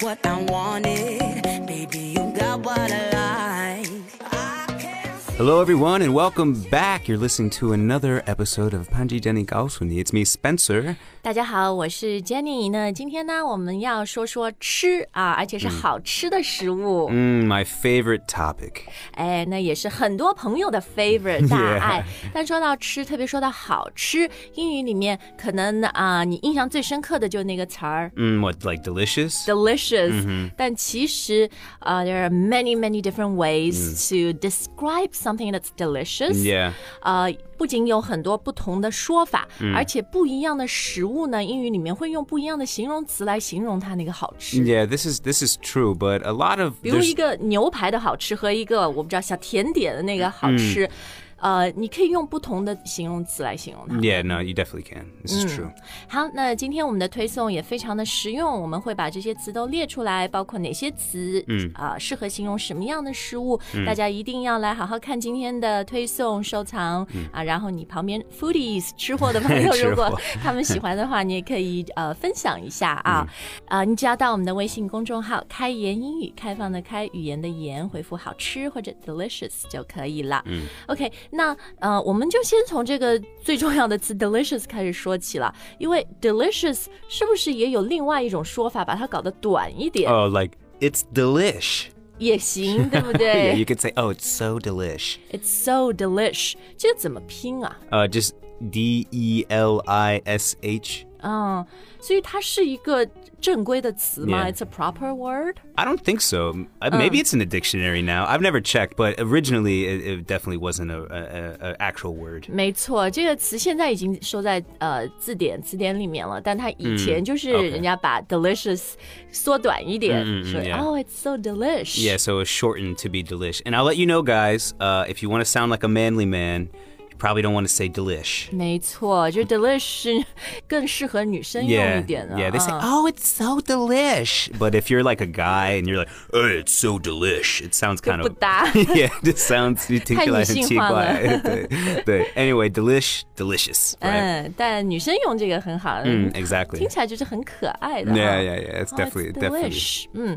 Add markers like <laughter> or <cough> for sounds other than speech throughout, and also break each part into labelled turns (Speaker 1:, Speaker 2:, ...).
Speaker 1: what I wanted. Baby, you got what I like. I can't
Speaker 2: Hello, everyone, and welcome back. You're listening to another episode of Panji Denny Gaosuni. It's me, Spencer.
Speaker 3: 大家好，我是 Jenny。那今天呢，我们要说说吃啊，而且
Speaker 2: 嗯
Speaker 3: 是好吃的食物。
Speaker 2: Mm, my favorite topic.
Speaker 3: 哎，那也是很多
Speaker 2: <laughs>
Speaker 3: 朋友的 favorite 大
Speaker 2: Yeah
Speaker 3: 爱。但说到吃，特别说到好吃，英语里面可能啊、你印象最深刻的就是那个词儿
Speaker 2: Mm, what, like delicious? 嗯
Speaker 3: delicious、但其实啊、t h e r e are many many different ways to describe something that's delicious。
Speaker 2: Mm yeah.
Speaker 3: 呃，不仅有很多不同的说法，
Speaker 2: 嗯
Speaker 3: 而且不一样的食物呢，英语里面会用不一样的形容词来形容它那个好吃。
Speaker 2: Yeah, this is this is true, but a lot of
Speaker 3: 比如
Speaker 2: there's-
Speaker 3: 一个牛排的好吃和一个我不知道小甜点的那个
Speaker 2: 嗯
Speaker 3: 好吃，呃，你可以用不同的形容词来形容它。
Speaker 2: Yeah, no, you definitely can. This is true.
Speaker 3: 好，那今天我们的推送也非常的实用，我们会把这些词都列出来，包括哪些词，嗯，啊、适合形容什么样的食物，
Speaker 2: 嗯
Speaker 3: 大家一定要来好好看今天的推送收藏、啊。然后你旁边 foodies 吃货的朋友，
Speaker 2: 嗯 <laughs> 吃货
Speaker 3: 如果 <laughs> 他们喜欢的话，你也可以呃分享一下啊。啊、你只要到我们的微信公众号“开言英语”，开放的开，语言的言，回复好吃或者 delicious 就可以了。嗯，OK，那呃，我们就先从这个最重要的词 delicious 开始说起了，因为 delicious 是不是也有另外一种说法，把它搞得短一点、
Speaker 2: Oh, like it's delish.
Speaker 3: 也行，对不
Speaker 2: <laughs> Yeah,
Speaker 3: 对
Speaker 2: you could say, oh, it's so delish.
Speaker 3: ？It's so delish，这怎么拼啊？
Speaker 2: Uh, just D E L I S H.
Speaker 3: 嗯，所以它是一个正规的词吗
Speaker 2: Yeah
Speaker 3: ？It's a proper word。
Speaker 2: I don't think so. Uh, Maybe it's in the dictionary now. I've never checked, but originally it, it definitely wasn't a, a, a- a actual word.
Speaker 3: 没错，这个词现在已经收在呃字典词典里面了，但它以前就是
Speaker 2: 嗯 OK 嗯
Speaker 3: 人家把 delicious 缩短一点，说
Speaker 2: yeah
Speaker 3: oh it's so delish。
Speaker 2: Yeah, so it's shortened to be delish. And I'll let you know, guys, uh, if you want to sound like a manly man, you probably don't want to say delish.
Speaker 3: 没错，就 delish 是更适合女生用
Speaker 2: Yeah,
Speaker 3: 一点的。
Speaker 2: yeah. They say,
Speaker 3: 嗯
Speaker 2: "Oh, it's so delish," but if you're like a guy and you're like, "Oh, it's so delish," it sounds kind
Speaker 3: 不
Speaker 2: of
Speaker 3: 搭。
Speaker 2: <laughs> yeah, it just sounds you think you're like
Speaker 3: 太女性化了。
Speaker 2: <laughs> Anyway, delish, delicious,
Speaker 3: Uh,
Speaker 2: right?
Speaker 3: 嗯，但女生用这个很好，
Speaker 2: Mm,
Speaker 3: 听
Speaker 2: exactly.
Speaker 3: 起来就是很可爱的、啊。
Speaker 2: Yeah, yeah, yeah. It's
Speaker 3: Oh,
Speaker 2: definitely,
Speaker 3: it's
Speaker 2: definitely.
Speaker 3: delish。嗯，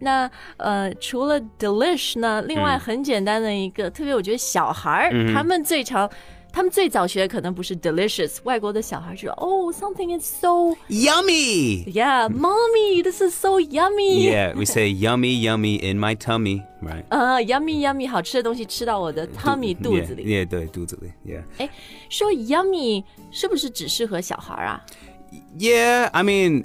Speaker 3: 那呃，除了 delish 呢，另外很简单的一个，特别我觉得小孩儿、他们最常。他们最早学的可能不是 delicious，外国的小孩就哦、s o m e t h i n g is so
Speaker 2: Yummy.
Speaker 3: <laughs> yeah，mommy，this is so yummy，
Speaker 2: Yeah, we say yummy, yummy in my tummy, right?
Speaker 3: 呃、y u m m y yummy，好吃的东西吃到我的 tummy 肚子里。
Speaker 2: Yeah, yeah, 对，肚子里, yeah.
Speaker 3: 哎、说 yummy 是不是只适合小孩儿啊？
Speaker 2: Yeah, I mean,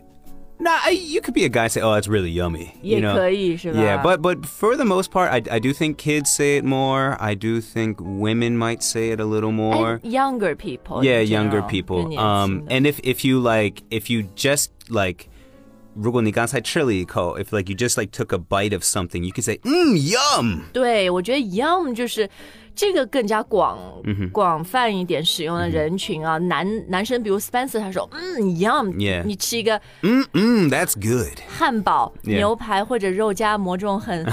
Speaker 2: nah, I- you could be a guy and say, oh, that's really yummy. You
Speaker 3: 也
Speaker 2: know?
Speaker 3: 可以是吧
Speaker 2: Yeah, but but for the most part, I, I do think kids say it more. I do think women might say it a little more.
Speaker 3: And younger people.
Speaker 2: yeah,
Speaker 3: in
Speaker 2: younger
Speaker 3: general, 更
Speaker 2: people.
Speaker 3: 年
Speaker 2: Um,
Speaker 3: 轻的
Speaker 2: and if if you like, if you just like. 如果你刚才吃了一口, if like you just like took a bite of something, you can say mmm yum.
Speaker 3: 对，我觉得 young 就是这个更加广、
Speaker 2: 嗯
Speaker 3: 广泛一点使用的人群啊，男男生比如 Spencer 他说，嗯，young，、
Speaker 2: Yeah
Speaker 3: 你吃一个
Speaker 2: Mm mm, that's good.
Speaker 3: 汉堡、
Speaker 2: Yeah 啊
Speaker 3: 牛排或者肉夹馍这种很
Speaker 2: <laughs>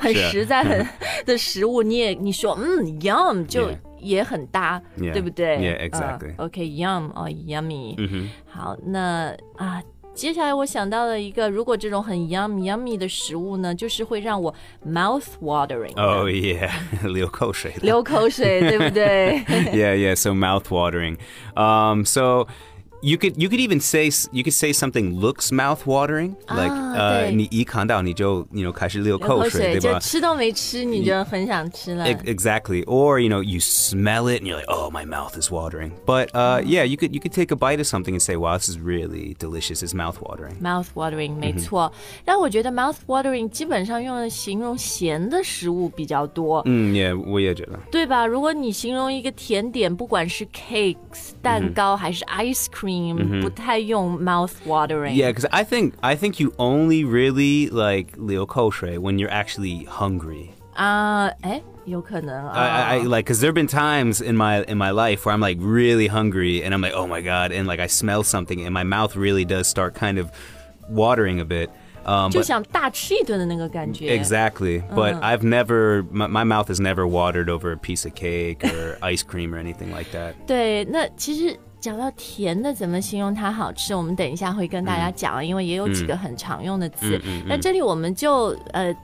Speaker 3: 很实在很的食物，你也你说嗯 yum 就
Speaker 2: Yeah
Speaker 3: 也很搭
Speaker 2: Yeah
Speaker 3: 对不对
Speaker 2: Yeah, exactly 嗯
Speaker 3: 嗯 OK yum 哦 yummy，、好，那啊。接下来我想到了一个，如果这种很 yum yummy 的食物呢，就是会让我 mouth watering，、啊
Speaker 2: Oh yeah, <laughs> 流口水了。
Speaker 3: 流口水，对不对？ <laughs>
Speaker 2: yeah, yeah. So mouth watering. Um, so you could you could even say s- you could say something looks mouth watering, like uh,
Speaker 3: 啊，对。
Speaker 2: 你一看到你就 you know
Speaker 3: 流口
Speaker 2: <laughs> 开始流口水，
Speaker 3: 水就
Speaker 2: 对吧？
Speaker 3: 吃都没吃，你就很想吃了。
Speaker 2: E- Exactly. Or you know you smell it and you're like, oh my mouth is watering. But uh, yeah, you could you could take a bite of something and say, wow, this is really delicious. It's mouth watering.
Speaker 3: mouth
Speaker 2: 嗯
Speaker 3: watering，没错。但我觉得 mouth watering 基本上用来形容咸的食物比较多，
Speaker 2: Mm, yeah, 我也觉得。
Speaker 3: 对吧？如果你形容一个甜点，不管是 cakes 蛋糕还是 ice cream，、不太用 mouth watering。
Speaker 2: 嗯 Yeah, because I think I think you only really like 流口水 when you're actually hungry.
Speaker 3: 啊，哎，有可能
Speaker 2: I,
Speaker 3: 啊。
Speaker 2: I, I like because there've been times in my in my life where I'm like really hungry and I'm like oh my god and like I smell something and my mouth really does start kind of watering a bit. Um,
Speaker 3: 就
Speaker 2: but,
Speaker 3: 想大吃一顿的那个感觉
Speaker 2: exactly, but I've never my, my mouth <laughs> has never watered over a piece of cake or ice cream or anything like that.
Speaker 3: 对，那其实讲到甜的，怎么形容它好吃？我们等一下会跟
Speaker 2: 嗯
Speaker 3: 大家讲，啊因为也有几个很常用的词。那、这里我们就呃，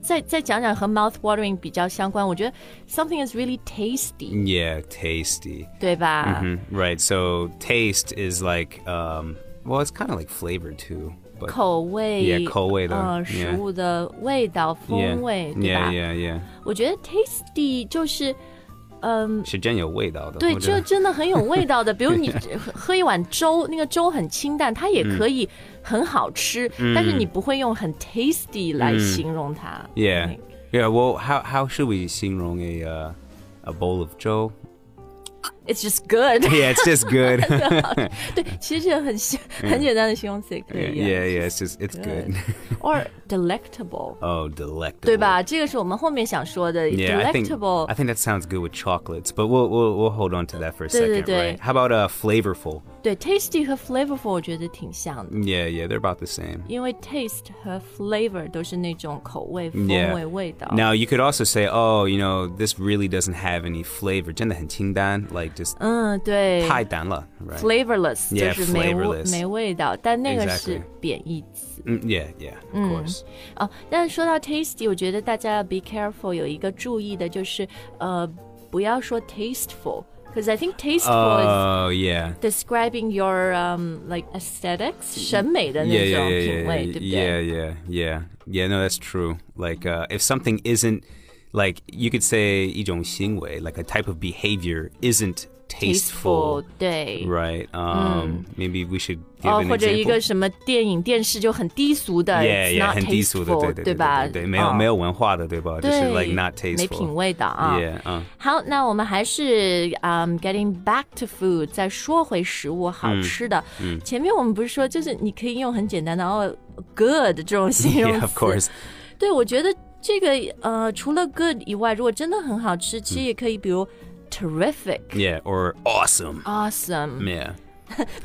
Speaker 3: 再再讲讲和 mouth watering 比较相关。我觉得 something is really tasty，、
Speaker 2: Yeah, tasty.
Speaker 3: 对吧？
Speaker 2: Mm, Right. So taste is like, um, well, it's kind of like flavor too. But
Speaker 3: 口味
Speaker 2: Yeah，口味的
Speaker 3: 呃，
Speaker 2: yeah
Speaker 3: 食物的味道、
Speaker 2: yeah,
Speaker 3: 风味，对吧
Speaker 2: yeah, yeah, yeah.
Speaker 3: 我觉得 tasty 就是，嗯、
Speaker 2: 是真有味道的。
Speaker 3: 对，
Speaker 2: 我觉得。
Speaker 3: 就真的很有味
Speaker 2: <laughs>
Speaker 3: 道的。比如你喝喝一碗粥，那个粥很清淡，它也
Speaker 2: 嗯
Speaker 3: 可以很好吃，但是你不会用很 tasty 来形容它。
Speaker 2: 嗯 Yeah.
Speaker 3: Okay.
Speaker 2: Yeah. Well, how how should we 形容 a uh, a bowl of Joe?
Speaker 3: It's just good 。
Speaker 2: <laughs> Yeah, it's just good. <laughs>
Speaker 3: 对，其实这很形很简单的形容词也可
Speaker 2: yeah,
Speaker 3: 以
Speaker 2: yeah,
Speaker 3: 啊。
Speaker 2: It's just it's good. <laughs>
Speaker 3: Or delectable，
Speaker 2: oh, delectable.
Speaker 3: 对吧？这个是我们后面想说的
Speaker 2: Yeah, I think
Speaker 3: delectable
Speaker 2: I。think that sounds good with chocolates, but we'll we'll, we'll hold on to that for a second,
Speaker 3: 对，对，对。
Speaker 2: right? How about uh flavorful?
Speaker 3: 对，tasty 和 flavorful 我觉得挺像的，
Speaker 2: Yeah, yeah, they're about the same.
Speaker 3: 因为 taste 和 flavor 都是那种口味、风
Speaker 2: Yeah.
Speaker 3: 味、味道。
Speaker 2: Now you could also say, oh, you know, this really doesn't have any flavor. 真的很清淡, like just
Speaker 3: 嗯，对。
Speaker 2: 太淡了, right?
Speaker 3: flavorless
Speaker 2: Yeah,
Speaker 3: 就是没味
Speaker 2: flavorless
Speaker 3: 没味道，但那个
Speaker 2: Exactly
Speaker 3: 是贬义词
Speaker 2: Mm, yeah, yeah, of course.
Speaker 3: 哦。但是说到 tasty，我觉得大家要 be careful，有一个注意的就是呃，不要说 tasteful，because I think tasteful is
Speaker 2: Oh, yeah.
Speaker 3: describing your um like aesthetics 审美的
Speaker 2: yeah,
Speaker 3: 那
Speaker 2: yeah,
Speaker 3: 种
Speaker 2: yeah,
Speaker 3: 品
Speaker 2: yeah,
Speaker 3: 味，对不
Speaker 2: yeah,
Speaker 3: 对？
Speaker 2: yeah, yeah, yeah. No, that's true. Like, uh, if something isn't, like, you could say 一种行为, like a type of behavior isn't tasteful,
Speaker 3: 对。
Speaker 2: right? Um, maybe we should give
Speaker 3: 哦，
Speaker 2: an
Speaker 3: 或者一个
Speaker 2: example.
Speaker 3: 什么电影、电视就很低俗的
Speaker 2: Yeah,
Speaker 3: it's
Speaker 2: yeah,
Speaker 3: not
Speaker 2: 很低俗的，
Speaker 3: tasteful，Oh.
Speaker 2: 对对对
Speaker 3: 吧？
Speaker 2: 对对，没有、
Speaker 3: 哦
Speaker 2: 没有文化的，对吧？就是 like not
Speaker 3: 对没品
Speaker 2: tasteful。
Speaker 3: 味的啊。
Speaker 2: Yeah, uh.
Speaker 3: <laughs>
Speaker 2: 嗯、
Speaker 3: 好，那我们还是嗯、g e t t i n g back to food，再说回食物好
Speaker 2: 嗯
Speaker 3: 吃的。前面我们不是说，就是你可以用很简单的哦，good
Speaker 2: <laughs>
Speaker 3: 这种形容
Speaker 2: yeah,
Speaker 3: 词。
Speaker 2: of course.
Speaker 3: 对，我觉得这个呃，除了 good 以外，如果真的很好吃，其实也可以，比如 terrific、
Speaker 2: 嗯 Yeah, or awesome.
Speaker 3: awesome。
Speaker 2: Yeah,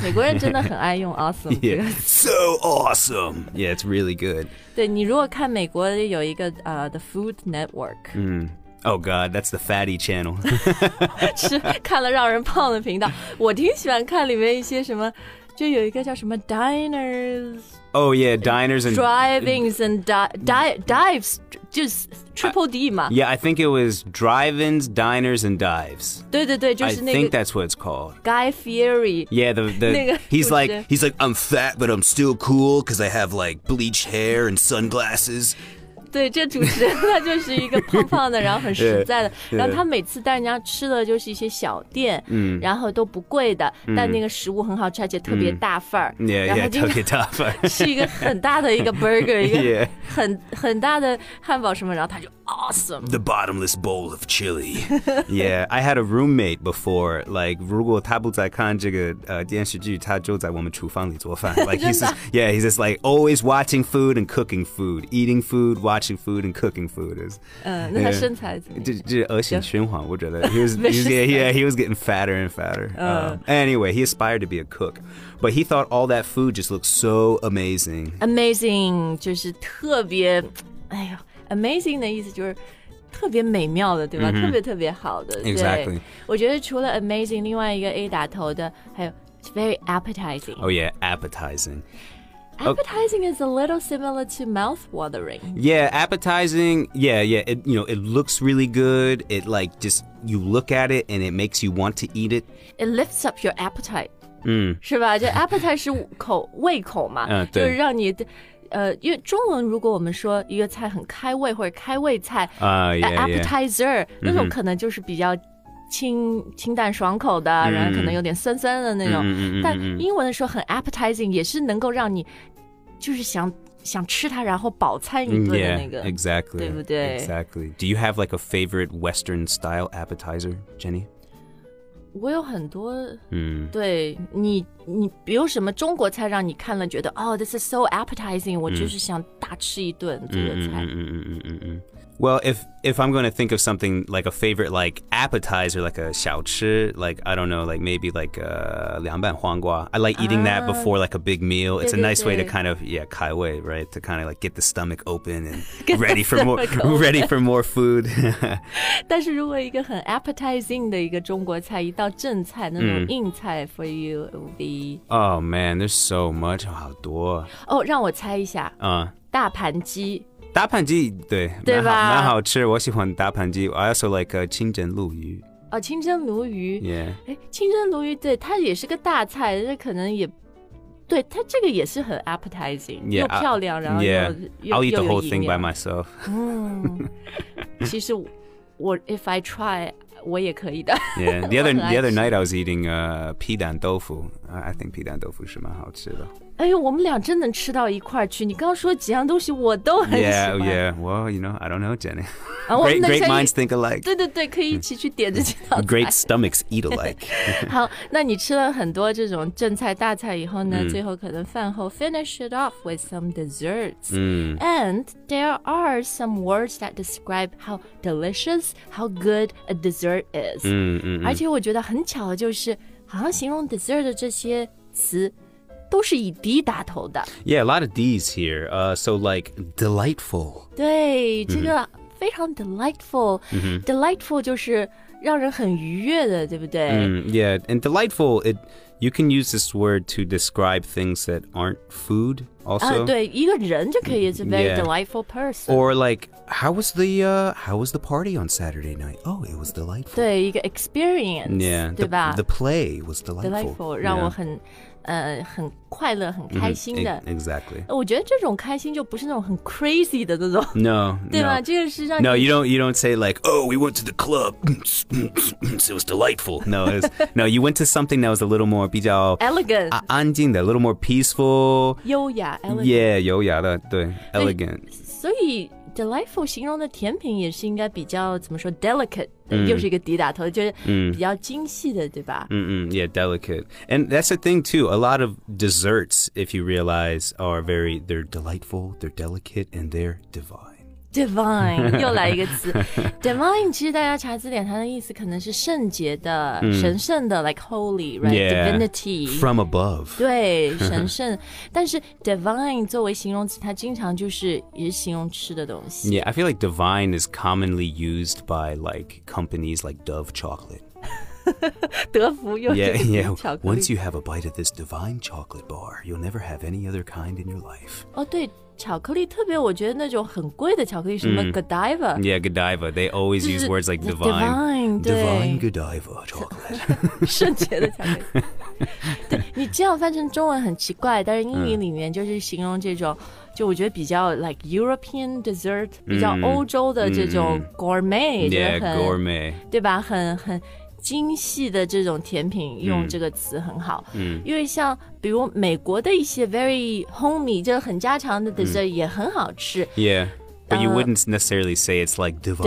Speaker 3: 美国人
Speaker 2: <laughs>
Speaker 3: 真的很爱用 awesome 这个 <laughs>
Speaker 2: yeah, so awesome. Yeah, it's really good.
Speaker 3: 对你如果看美国有一个呃、The Food Network，、
Speaker 2: Oh God, that's the fatty channel.
Speaker 3: <laughs> 是看了让人胖的频道，我挺喜欢看里面一些什么，就有一个叫什么 Diners。
Speaker 2: oh yeah, diners and
Speaker 3: drivings and di- di- dives 就是 triple D 嘛。
Speaker 2: 嗯哎 Yeah, I think it was drive-ins, diners, and dives.
Speaker 3: 对对对，就
Speaker 2: I
Speaker 3: 是那
Speaker 2: think
Speaker 3: 个
Speaker 2: that's what it's called.
Speaker 3: Guy Fieri。
Speaker 2: Yeah, the the
Speaker 3: 那个
Speaker 2: <laughs> he's like
Speaker 3: 主持人。
Speaker 2: he's like I'm fat but I'm still cool because I have like bleached hair and sunglasses.
Speaker 3: 对，这主持人他就是一个胖胖的，然后很实在的，
Speaker 2: <laughs> 对
Speaker 3: 然后他每次带人家吃的就是一些小店，嗯，然后都不贵的，
Speaker 2: 嗯
Speaker 3: 但那个食物很好吃，而且特别大份儿，
Speaker 2: Yeah,
Speaker 3: 然
Speaker 2: yeah,
Speaker 3: 后经
Speaker 2: took
Speaker 3: 常
Speaker 2: it off. <laughs>
Speaker 3: <laughs> 是一个很大的一个 burger，一
Speaker 2: Yeah
Speaker 3: 个很很大的汉堡什么，然后他就 awesome。
Speaker 2: the bottomless bowl of
Speaker 3: <laughs>
Speaker 2: chili. yeah, I had a roommate before. Like,
Speaker 3: <laughs>
Speaker 2: 如果他不在看这个呃电视剧，他就在我们厨房里做饭。Like he's just, yeah, he's just like always watching food and cooking food, eating food, watching food and cooking food. Is
Speaker 3: 嗯，Uh, 那他身材怎么样？ <laughs>
Speaker 2: 这这恶性循环，我觉得 he was, he was yeah, yeah
Speaker 3: Vicious
Speaker 2: he was getting fatter and fatter.
Speaker 3: Uh。
Speaker 2: Um, anyway, he aspired to be a cook, but he thought all that food just looked so amazing.
Speaker 3: amazing 就是特别，哎呀，amazing 的意思就是特别美妙的，对吧？特别特别好的。对
Speaker 2: 嗯 Exactly
Speaker 3: 我觉得除了 amazing，另外一个 A 打头的还有 it's very appetizing。
Speaker 2: Oh yeah, appetizing. 哦
Speaker 3: appetizing is a little similar to mouth watering。
Speaker 2: Yeah, appetizing. Yeah, yeah. It you know it looks really good. It like just you look at it and it makes you want to eat it.
Speaker 3: It lifts up your appetite。嗯，是吧？这 appetite 是口胃口嘛，
Speaker 2: 嗯
Speaker 3: 就
Speaker 2: 对
Speaker 3: 是让你。呃，因为中文如果我们说一个菜很开胃或者开胃菜，
Speaker 2: 啊
Speaker 3: 呃
Speaker 2: Uh, yeah, 嗯 yeah
Speaker 3: appetizer 那种可能就是比较清清淡爽口的，
Speaker 2: 嗯
Speaker 3: 然后可能有点酸酸的那种。但英文的时候很 appetizing，也是能够让你就是想想吃它，然后饱餐一顿
Speaker 2: Mm,
Speaker 3: 的
Speaker 2: Yeah,
Speaker 3: 那个。
Speaker 2: exactly.
Speaker 3: 对不对？
Speaker 2: Exactly. Do you have like a favorite Western style appetizer, Jenny?
Speaker 3: 我有很多，嗯，对你你比如什么中国菜让你看了觉得哦、t h i s is so appetizing，我就是想大吃一顿这个菜。
Speaker 2: 嗯 Mm-mm-mm-mm-mm-mm. Well, if if I'm going to think of something like a favorite like appetizer, like a xiaochi, like I don't know, like maybe like uh, 凉拌黄瓜. I like eating that before like a big meal. It's a nice way to
Speaker 3: 对，对，对。
Speaker 2: kind of yeah, kai wei, right? To kind of like get the stomach open and ready for more <laughs> ready for more food. <laughs>
Speaker 3: 但是如果一个很 appetizing 的一个中国菜，一道正菜那
Speaker 2: 嗯
Speaker 3: 种硬菜，for you it would be
Speaker 2: oh man, there's so much. 好多.
Speaker 3: 哦，让我猜一下，
Speaker 2: Uh,
Speaker 3: 大盘鸡。
Speaker 2: 打盘鸡，对，
Speaker 3: 对
Speaker 2: 蛮好-
Speaker 3: 吧？
Speaker 2: 蛮好吃，我喜欢打盘鸡。I also like uh, 清蒸鲈鱼.
Speaker 3: 哦，清蒸鲈鱼，
Speaker 2: Yeah.
Speaker 3: 哎，清蒸鲈鱼，对，它也是个大菜，这可能也，对，它这个也是很 appetizing，
Speaker 2: Yeah,
Speaker 3: 又
Speaker 2: I-
Speaker 3: 漂亮，然后
Speaker 2: yeah.
Speaker 3: 又
Speaker 2: I'll
Speaker 3: 又
Speaker 2: eat
Speaker 3: 又
Speaker 2: the
Speaker 3: 有
Speaker 2: whole
Speaker 3: 营
Speaker 2: thing by <laughs>
Speaker 3: 养。
Speaker 2: myself.
Speaker 3: 嗯，其实我我 if I try，我也可以的。 <laughs>
Speaker 2: Yeah, the other
Speaker 3: 我很爱
Speaker 2: the other
Speaker 3: 吃
Speaker 2: night I was eating uh, pidan tofu. I I think pidan tofu
Speaker 3: <laughs>
Speaker 2: 是蛮好吃的。
Speaker 3: 哎呦，我们俩真能吃到一块儿去。你刚刚说几样东西我都很喜
Speaker 2: Yeah, oh,
Speaker 3: 欢
Speaker 2: yeah. Well, you know, I don't know, Jenny. <laughs>
Speaker 3: 啊，我们
Speaker 2: Great
Speaker 3: 能
Speaker 2: great
Speaker 3: 可以
Speaker 2: minds think alike.
Speaker 3: 对对对，可以一起去点这几
Speaker 2: <laughs>
Speaker 3: 道
Speaker 2: Great
Speaker 3: <laughs> 菜。
Speaker 2: stomachs eat
Speaker 3: <laughs>
Speaker 2: alike.
Speaker 3: 好，那你吃了很多这种正菜大菜以后呢，最后可能饭后 finish it off with some desserts、And there are some words that describe how delicious, how good a dessert is。而且我觉得很巧的就是，好像形容 dessert 的这些词都是以 d 打头的。
Speaker 2: Yeah, a lot of D's here. Uh, so like delightful.
Speaker 3: 对，这个非常 delightful。Delightful 就是让人很愉悦的，对不对？
Speaker 2: Mm, yeah, and delightful. It you can use this word to describe things that aren't food.
Speaker 3: 啊
Speaker 2: Also,，
Speaker 3: 对，一个人就可以，is a very
Speaker 2: Yeah.
Speaker 3: delightful person。
Speaker 2: Or like, how was the uh, how was the party on Saturday night? Oh, it was delightful.
Speaker 3: 对，一个 experience，
Speaker 2: yeah,
Speaker 3: 对
Speaker 2: the,
Speaker 3: 吧
Speaker 2: the play was delightful.
Speaker 3: ？delightful 让
Speaker 2: Yeah.
Speaker 3: 我很，呃，很快乐、很
Speaker 2: Mhm,
Speaker 3: 开心
Speaker 2: e-
Speaker 3: 的。
Speaker 2: Exactly.
Speaker 3: 我觉得这种开心就不是那种很 crazy 的那种，
Speaker 2: No, 嗯
Speaker 3: 对
Speaker 2: no.
Speaker 3: 吧？这个是让
Speaker 2: No,
Speaker 3: 你
Speaker 2: you don't. You don't say like, "Oh, we went to the club. <laughs> it was delightful." No, it's, <laughs> no. You went to something that was a little more 比较
Speaker 3: <laughs> elegant、
Speaker 2: 安静的, a little more peaceful.
Speaker 3: 优雅 elegant。
Speaker 2: 啊 Yeah, 优雅的，对 elegant.
Speaker 3: 所以 delightful 形容的甜品也是应该比较怎么说 delicate，、又
Speaker 2: 嗯
Speaker 3: 是一个抵打头，就是比较精细的，对吧？
Speaker 2: Mm-mm, yeah, delicate. And that's the thing too. A lot of desserts, if you realize, are very they're delightful, they're delicate, and they're divine. <laughs>
Speaker 3: Divine 又来一个词，Divine 其实大家查字典，它的意思可能是圣洁的、神圣的，like
Speaker 2: 嗯 Yeah.
Speaker 3: holy，right？Divinity。
Speaker 2: From above.
Speaker 3: 对，神圣，但是 divine 作为形容词，它经常就是也是形容吃的东西。
Speaker 2: Yeah, I feel like divine is commonly used by like companies like Dove chocolate.
Speaker 3: 德芙又
Speaker 2: Yeah,
Speaker 3: 是
Speaker 2: yeah.
Speaker 3: 巧克力
Speaker 2: Once。you have a bite of this divine chocolate bar, you'll never have any other kind in your life.
Speaker 3: 哦，对，巧克力，特别我觉得那种很贵的巧克力，什么 Godiva，
Speaker 2: Yeah, Godiva. They always use
Speaker 3: 就是
Speaker 2: words like
Speaker 3: divine，
Speaker 2: divine.
Speaker 3: 对
Speaker 2: Godiva chocolate.
Speaker 3: <laughs> 圣洁的巧克力。对你这样翻成中文很奇怪，但是英语里面就是形容这种，就我觉得比较 like European dessert，比较欧洲的这种 gourmet，、就是
Speaker 2: yeah,
Speaker 3: 很
Speaker 2: gourmet.
Speaker 3: 对吧？很很精细的这种甜品，用这个词很好。嗯，因为像比如美国的一些 very homey，就是很家常的 dessert 也很好吃。
Speaker 2: Yeah. But you
Speaker 3: Uh,
Speaker 2: wouldn't necessarily say it's like divine,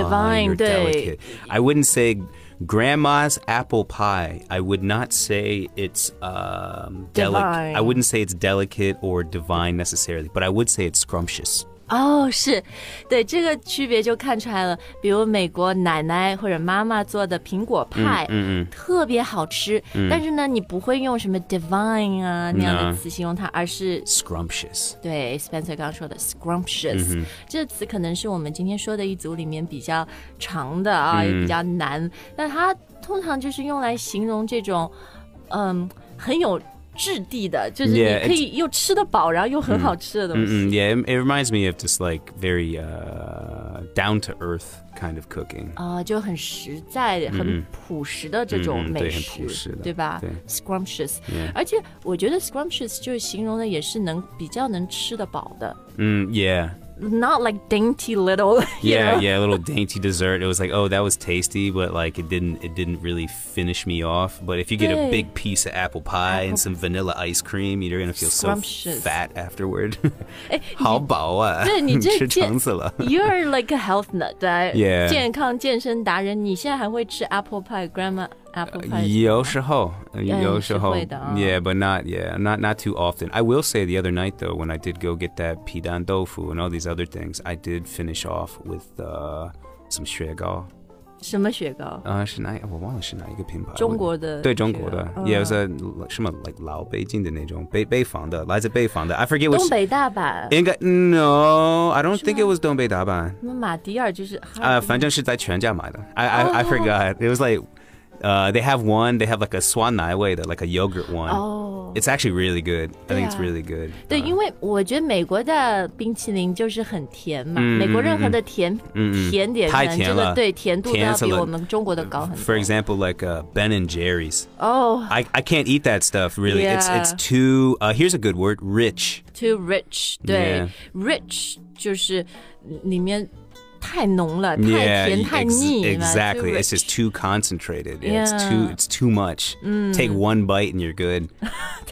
Speaker 2: or
Speaker 3: divine, 对。
Speaker 2: delicate. I wouldn't say grandma's apple pie. I would not say it's um, delicate.
Speaker 3: Divine.
Speaker 2: I wouldn't say it's delicate or divine necessarily, but I would say it's scrumptious.
Speaker 3: 哦，是对这个区别就看出来了。比如美国奶奶或者妈妈做的苹果派，嗯特别好吃。但是呢，你不会用什么 divine 啊那样的词形容它，而是
Speaker 2: Scrumptious.
Speaker 3: 对 Spencer 刚刚说的
Speaker 2: 嗯
Speaker 3: scrumptious、这个词，可能是我们今天说的一组里面比较长的啊，
Speaker 2: 嗯
Speaker 3: 也比较难。那它通常就是用来形容这种，嗯，很有质地的，就是你
Speaker 2: Yeah,
Speaker 3: 可以又吃得饱，然后又很好吃的东西。
Speaker 2: Mm, yeah, it, it reminds me of just like very uh, down to earth kind of cooking.
Speaker 3: 啊、就很实在、很朴实的这
Speaker 2: 嗯
Speaker 3: 种
Speaker 2: 嗯嗯
Speaker 3: 美
Speaker 2: 对
Speaker 3: 食，
Speaker 2: 很朴实的
Speaker 3: 吧
Speaker 2: 对
Speaker 3: s c r u m p t i o u s 而且我觉得 scrumptious 就是形容的也是能比较能吃得饱的
Speaker 2: Mm, yeah.
Speaker 3: ，not like dainty little，you <laughs>
Speaker 2: Yeah,
Speaker 3: know
Speaker 2: yeah, a little dainty dessert. It was like, oh, that was tasty, but like it didn't it didn't really finish me off. But if you get a
Speaker 3: Hey.
Speaker 2: big piece of apple pie and some vanilla ice cream, you're gonna feel so
Speaker 3: Scrumptious.
Speaker 2: fat afterward. <laughs> uh,
Speaker 3: 对，你这健-
Speaker 2: 好饱啊，吃橙子了。
Speaker 3: <laughs> You're like a health nut，right?
Speaker 2: Yeah.
Speaker 3: 健康健身达人。你现在还会吃 apple pie grandma apple
Speaker 2: <laughs> 呃
Speaker 3: pie？
Speaker 2: 有时候，有时候，
Speaker 3: 是会的啊。
Speaker 2: yeah, but not yeah, not not too often. I will say the other night though, when I did go get that pidan tofu and all these other things, I did finish off with uh, some 雪糕.
Speaker 3: 什么雪糕？
Speaker 2: 呃，是哪？我忘了是哪一个品牌。
Speaker 3: 中国的
Speaker 2: 对中国的，
Speaker 3: 雪糕。
Speaker 2: 也是什么 like 老北京的那种，北北方的，来自北方的。I forget
Speaker 3: 东
Speaker 2: which
Speaker 3: 北大阪，
Speaker 2: 应该 no, I don't think it was 东北大阪。
Speaker 3: 什么马迭尔就是哈尔
Speaker 2: 呃，
Speaker 3: 滨
Speaker 2: 反正是在全家买的。I I I forgot. It was like, uh, they have one. They have like a swan nai way like a yogurt one.
Speaker 3: 哦。
Speaker 2: It's actually really good. I think it's
Speaker 3: Yeah.
Speaker 2: really good.
Speaker 3: 对，
Speaker 2: Uh,
Speaker 3: 因为我觉得美国的冰淇淋就是很甜嘛，美国任何的甜、
Speaker 2: 嗯嗯嗯
Speaker 3: 甜点可
Speaker 2: 太
Speaker 3: 能
Speaker 2: 甜
Speaker 3: 真的
Speaker 2: 了
Speaker 3: 对甜度都
Speaker 2: 甜
Speaker 3: 要
Speaker 2: 死
Speaker 3: 比
Speaker 2: 了
Speaker 3: 我们中国的高很
Speaker 2: For
Speaker 3: 多。
Speaker 2: example, like uh, Ben and Jerry's.
Speaker 3: 哦、
Speaker 2: I, I can't eat that stuff really. It's
Speaker 3: Yeah.
Speaker 2: it's too. Uh, here's a good word: rich.
Speaker 3: t o o rich，对
Speaker 2: Yeah.
Speaker 3: rich 就是里面太浓了，太
Speaker 2: Yeah,
Speaker 3: 甜
Speaker 2: y-
Speaker 3: 太
Speaker 2: ex-
Speaker 3: 腻了
Speaker 2: exactly.
Speaker 3: too
Speaker 2: It's
Speaker 3: rich
Speaker 2: just too concentrated. Yeah, It's too
Speaker 3: Yeah. Mm。
Speaker 2: it's too much. Take one bite and you're good.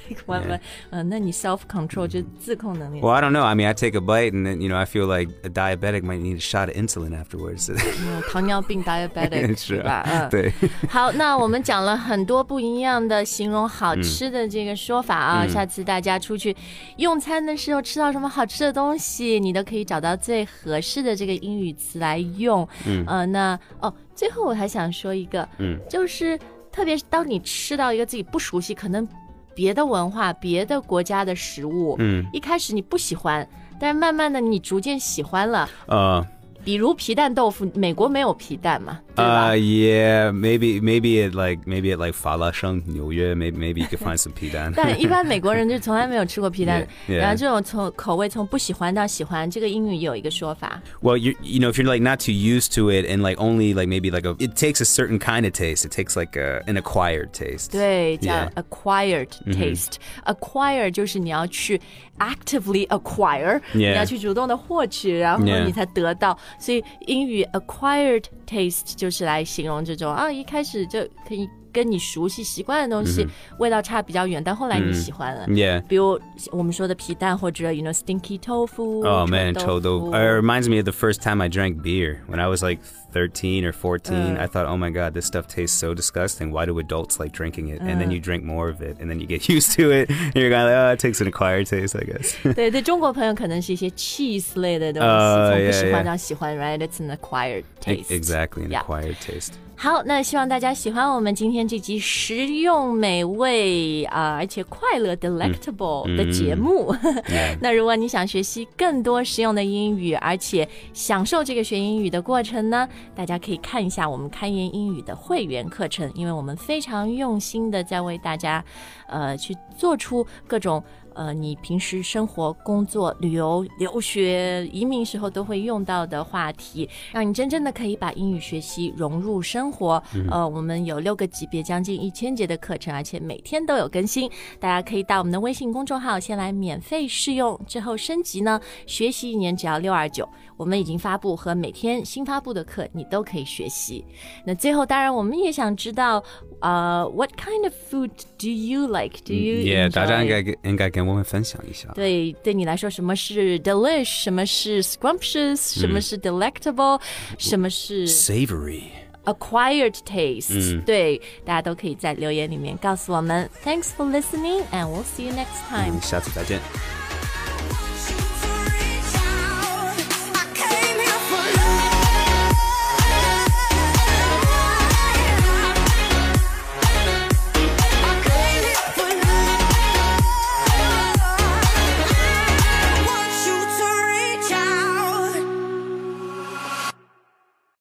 Speaker 3: take one one，嗯，那你 self control 就自控能力。
Speaker 2: Well, I don't know. I mean, I take a bite and then you know I feel like a diabetic might need a shot of insulin afterwards. <laughs>
Speaker 3: 嗯糖尿病 diabetic
Speaker 2: 是啊
Speaker 3: 对吧？
Speaker 2: <laughs>
Speaker 3: 嗯，
Speaker 2: 对。
Speaker 3: <laughs> 好，那我们讲了很多不一样的形容好吃的这个说法啊，下次大家出去用餐的时候吃到什么好吃的东西，你都可以找到最合适的这个英语词来用。嗯，呃，那哦，最后我还想说一个，嗯，就是特别是当你吃到一个自己不熟悉，可能别的文化、别的国家的食物，嗯，一开始你不喜欢，但是慢慢的你逐渐喜欢了。
Speaker 2: Uh,
Speaker 3: 比如皮蛋豆腐，美国没有皮蛋嘛，对吧？
Speaker 2: uh, yeah, maybe, maybe it like, maybe it like 法拉盛纽约, maybe, maybe you could find some
Speaker 3: <laughs> 但
Speaker 2: pidan.
Speaker 3: 一般美国人就从来没有吃过 <laughs> 皮蛋
Speaker 2: Yeah, yeah.
Speaker 3: 然后这种从口味从不喜欢到喜欢，这个英语有一个说法，
Speaker 2: well, you, you know, if you're like not too used to it and like only like maybe like a, it takes a certain kind of taste. It takes like a, an acquired taste.
Speaker 3: 对，叫
Speaker 2: Yeah.
Speaker 3: acquired taste、acquire 就是你要去 actively acquire，、你
Speaker 2: Yeah.
Speaker 3: 要去主动的获取，然后
Speaker 2: Yeah.
Speaker 3: 你才得到。所以英语 acquired taste 就是来形容这种啊，一开始就可以跟你熟悉习惯的东西、味道差比较远，但后来你喜欢了。
Speaker 2: Yeah.
Speaker 3: 比如我们说的皮蛋，或者 you know stinky tofu，
Speaker 2: Oh
Speaker 3: 哦臭
Speaker 2: man,
Speaker 3: 豆
Speaker 2: Chodo.
Speaker 3: 腐哎
Speaker 2: It reminds me of the first time I drank beer when I was like 13 or 14.
Speaker 3: Uh.
Speaker 2: I thought, oh my god, this stuff tastes so disgusting. Why do adults like drinking it? And then
Speaker 3: Uh.
Speaker 2: you drink more of it, and then you get <laughs> used to it, and you're kind of like, oh, it takes an acquired taste, I guess. <laughs>
Speaker 3: 对对，中国朋友可能是一些 cheese 类的东西，
Speaker 2: 呃
Speaker 3: 从不
Speaker 2: yeah，
Speaker 3: 喜欢
Speaker 2: yeah
Speaker 3: 到喜欢，right？It's an acquired
Speaker 2: E-
Speaker 3: taste。
Speaker 2: exactly, an
Speaker 3: Yeah.
Speaker 2: acquired
Speaker 3: <laughs>
Speaker 2: taste.
Speaker 3: 好，那希望大家喜欢我们今天这集实用、美味啊、而且快乐 delectable 的节目。那如果你想学习更多实用的英语，而且享受这个学英语的过程呢，大家可以看一下我们开言英语的会员课程，因为我们非常用心的在为大家，呃，去做出各种。呃，你平时生活、工作、旅游、留学、移民时候都会用到的话题，让你真正的可以把英语学习融入生活。呃，我们有六个级别，将近一千节的课程，而且每天都有更新。大家可以到我们的微信公众号先来免费试用，之后升级呢，学习一年只要六二九。我们已经发布和每天新发布的课，你都可以学习。那最后，当然我们也想知道，呃，What kind of food do you like? Do you
Speaker 2: yeah,
Speaker 3: enjoy?
Speaker 2: 大家应该应该跟我们分享一下。
Speaker 3: 对，对你来说，什么是 delish，什么是 scrumptious，什么是 delectable，、什么是
Speaker 2: Savory.
Speaker 3: acquired taste，、对，大家都可以在留言里面告诉我们。Thanks for listening，and we'll see you next time。
Speaker 2: 下次再见。